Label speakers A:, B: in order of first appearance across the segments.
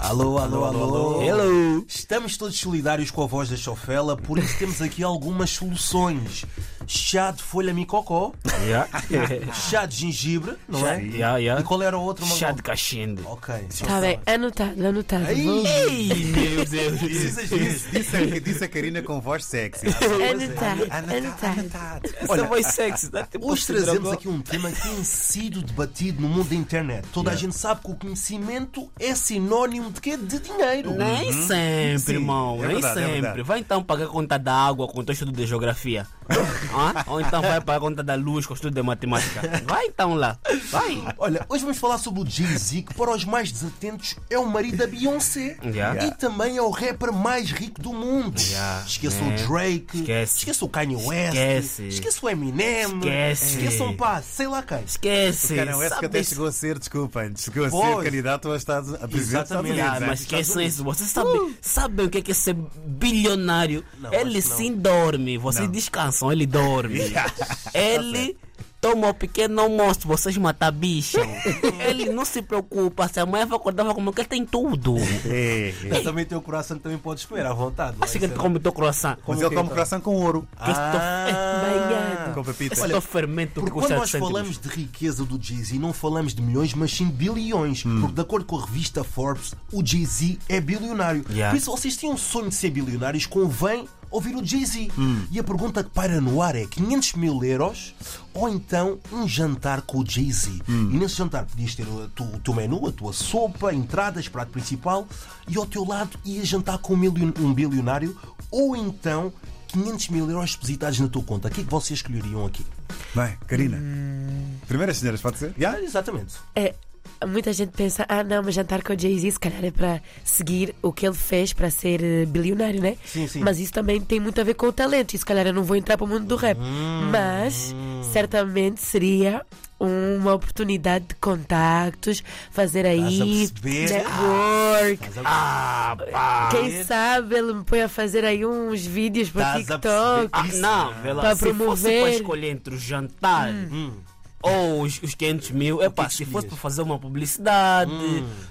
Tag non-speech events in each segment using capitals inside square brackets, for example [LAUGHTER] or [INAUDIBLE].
A: Alô, alô, alô.
B: Hello.
A: Estamos todos solidários com a voz da Chofela, por isso [LAUGHS] temos aqui algumas soluções. Chá de folha micocó,
C: [LAUGHS]
B: Yeah.
A: chá de gengibre, não é?
B: yeah, yeah.
A: E qual era o outro? Mangal?
B: Chá de cachendo.
A: Ok.
D: Está Tá bem, anotado, anotado.
A: Aí. é
D: Vou-
B: Ei, meu Deus.
A: [LAUGHS] Precisas disso.
C: Disse, disse, a- disse a Karina com voz
A: [LAUGHS]
C: sexy.
D: é Anotado,
A: É
D: anotado.
C: Tá.
B: Essa voz sexy. Dá tempo
A: Hoje
B: para considerar
A: trazemos
B: agora.
A: aqui um tema que tem sido debatido no mundo da internet. Toda a gente sabe que o conhecimento é sinónimo de quê? De dinheiro.
B: Nem sempre,
C: Uhum. Sim,
B: irmão.
C: é
B: nem
C: verdade, é
B: sempre.
C: verdade.
B: vai então pagar conta da água com o teu estudo de
C: [LAUGHS]
B: geografia. Hã? Ou então vai pagar conta da luz com o estudo de matemática. Vai então lá. Vai.
A: Olha, hoje vamos falar sobre o Jay-Z, que para os mais desatentos é o marido da Beyoncé.
B: Yeah.
A: E também é o rapper mais rico do mundo.
B: Yeah.
A: Esqueça
B: Yeah.
A: o Drake,
B: Esquece.
A: o Kanye West,
B: Esquece.
A: esqueça o Eminem,
B: Esquece.
A: esqueçam pá, sei lá quem.
B: Esquece.
C: Cara, não, essa que até
B: Sabe
C: chegou a ser, desculpem, chegou a
A: Pois.
C: ser candidato a, Estados, a presidente dos Estados
A: Exatamente.
C: Unidos.
B: Ah,
C: né?
B: mas esqueçam isso. Vocês sabem, sabem o que é, que é ser bilionário?
A: Uh! Não,
B: ele
A: acho que não.
B: sim dorme. Vocês
C: Não.
B: descansam,
A: [LAUGHS]
B: ele dorme. ele
A: Tá
B: toma o pequeno almoço, vocês
A: [LAUGHS]
B: matam bicho. ele não se preocupa. Se a mãe vai acordar, vai comer, que ele tem tudo.
C: É, é.
A: Mas também tem o coração que também pode comer à vontade. não é?
B: Acho Assim que ele
A: Sei lá.
B: come teu croissant.
A: Como
C: Mas ele
A: que
C: come
A: é, então?
C: coração com ouro.
A: Ah,
D: Obrigado.
C: Com pepita.
B: Esse teu fermento que
A: Porque
B: custa
A: quando nós
B: 100 euros.
A: falamos de riqueza do Jay-Z, não falamos de milhões, mas sim bilhões.
B: Hum.
A: Porque, de acordo com a revista Forbes, o Jay-Z é bilionário.
B: Yeah.
A: Por isso, vocês têm um sonho de ser bilionários, convém ouvir o Jay-Z.
B: Hum.
A: E a pergunta que paira no ar é 500 mil euros ou então um jantar com o Jay-Z.
B: Hum.
A: E nesse jantar podias ter o tu- o teu menu, a tua sopa, entradas, prato principal e ao teu lado ias jantar com um milion- um bilionário ou então 500 mil euros depositados na tua conta. O que é que vocês escolheriam aqui?
C: Bem, Karina.
A: hum.
C: Primeiras senhoras, pode ser? Já?
A: Ah, Exatamente.
D: É, muita gente pensa, ah não, mas jantar com o Jay-Z se calhar é para seguir o que ele fez para ser eh, bilionário, né?
A: Sim, sim.
D: Mas isso também tem muito a ver com o talento e se calhar eu não vou entrar para o mundo do rap.
A: Hum.
D: Mas certamente seria uma oportunidade de contactos, fazer
A: Estás a
D: aí
A: perceber?
D: network.
B: Ah, pá.
D: Quem sabe ele me põe a fazer aí uns vídeos para
A: Estás a perceber?
D: TikTok.
B: Ah, não, vê lá,
D: Pra
B: se fosse
D: promover.
B: para escolher entre o jantar
D: Hum.
A: Hum.
B: ou os, os 500 mil, é pá, se fosse para fazer uma publicidade,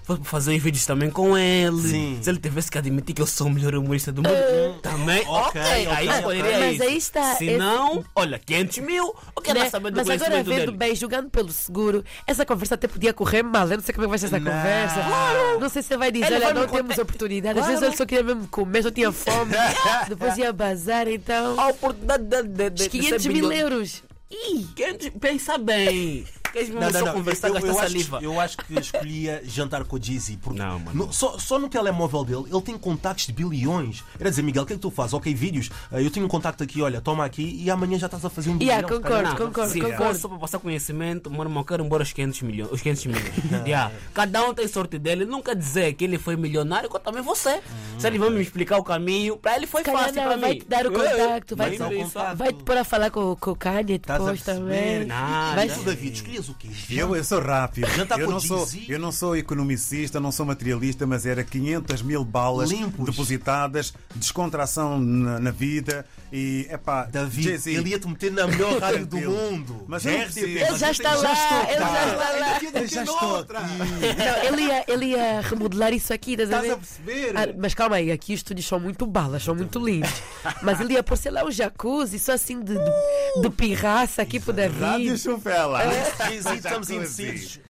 B: fosse para fazer uns vídeos também com ele,
A: Hum. Sim.
B: se ele tivesse que admitir que eu sou o melhor humorista do mundo, também,
A: Ok,
B: ok, aí
A: ok,
B: escolheria
D: ok.
B: isso.
D: Hum. Mas aí está,
B: Se
D: esse-
B: não, olha, 500 mil, eu quero
D: né?
B: saber do
D: Mas agora,
B: conhecimento dele.
D: vendo bem, julgando pelo seguro, essa conversa até podia correr mal. Eu não sei como é que vai ser essa
A: Não.
D: conversa. Não sei se ele vai dizer,
B: Ele
D: olha,
B: vai me
D: não
B: contar-
D: temos oportunidade. Às
B: Claro.
D: vezes ele só queria mesmo comer, só
B: [LAUGHS]
D: tinha fome. Depois ia bazar, então.
B: A oportunidade de, Oh, de, de, de
D: Os 500
B: ser
D: mil
B: bilhão-
D: euros. Ih,
B: 500, pensa bem. Queres mesmo é só conversar,
A: eu,
B: gastar
A: eu acho
B: saliva?
A: Que, eu acho que escolhia jantar com o Jay-Z. Porque
B: Não, mano.
A: no- só, só no telemóvel dele, ele tem contactos de bilhões. Era dizer, Miguel, o que é que tu fazes? Ok, vídeos. Ah, eu tenho um contacto aqui, olha, toma aqui e amanhã já estás a fazer um
D: Yeah,
A: bilhão.
D: concordo.
B: Não, se
D: concordo.
B: for só para passar conhecimento, mano, eu quero embora os 500 um milhões. Os 500 milhões. Yeah. Cada um tem sorte dele. Não quer dizer que ele foi milionário, como também você. Se ele vai me explicar o caminho, para ele foi
D: se calhar
B: fácil.
D: não,
B: Para
D: vai
B: mim.
D: te dar
B: Eu-
D: o contacto, vai
B: Mas
D: te-
B: não,
A: vai-
B: isso-
D: vai te pôr a falar com, com o Kanye
A: Estás a
D: depois
A: perceber?
D: também.
B: Nada.
D: Vai-
A: Tu, David, escolhias o quê?
C: Eu, eu sou rápido.
A: Jantar
C: Eu
A: com
C: não sou,
A: Jay-Z?
C: eu não sou economicista, não sou materialista, mas era 500 mil balas
A: Limpos.
C: depositadas, descontração na, na vida e, epá,
A: David,
C: Jay-Z.
A: ele ia-te meter na melhor rádio do
C: Tranquilo.
A: mundo.
C: Mas
A: Na
C: eu não
A: RTP.
C: preciso. Ele
D: já está lá, ele já está lá.
A: Ele já está lá.
D: Não, ele ia, ele ia remodelar isso aqui, estás a
A: Estás a
D: ver?
A: perceber?
D: Ah, mas calma aí, aqui os estúdios são muito balas, são muito lindos.
B: [LAUGHS]
D: Mas ele ia pôr, sei lá, um jacuzzi, só assim de, de, de pirraça aqui pro David.
C: Rádio Chufela.
A: Jay-Z, estamos
C: Jacuzzi.
A: indecisos.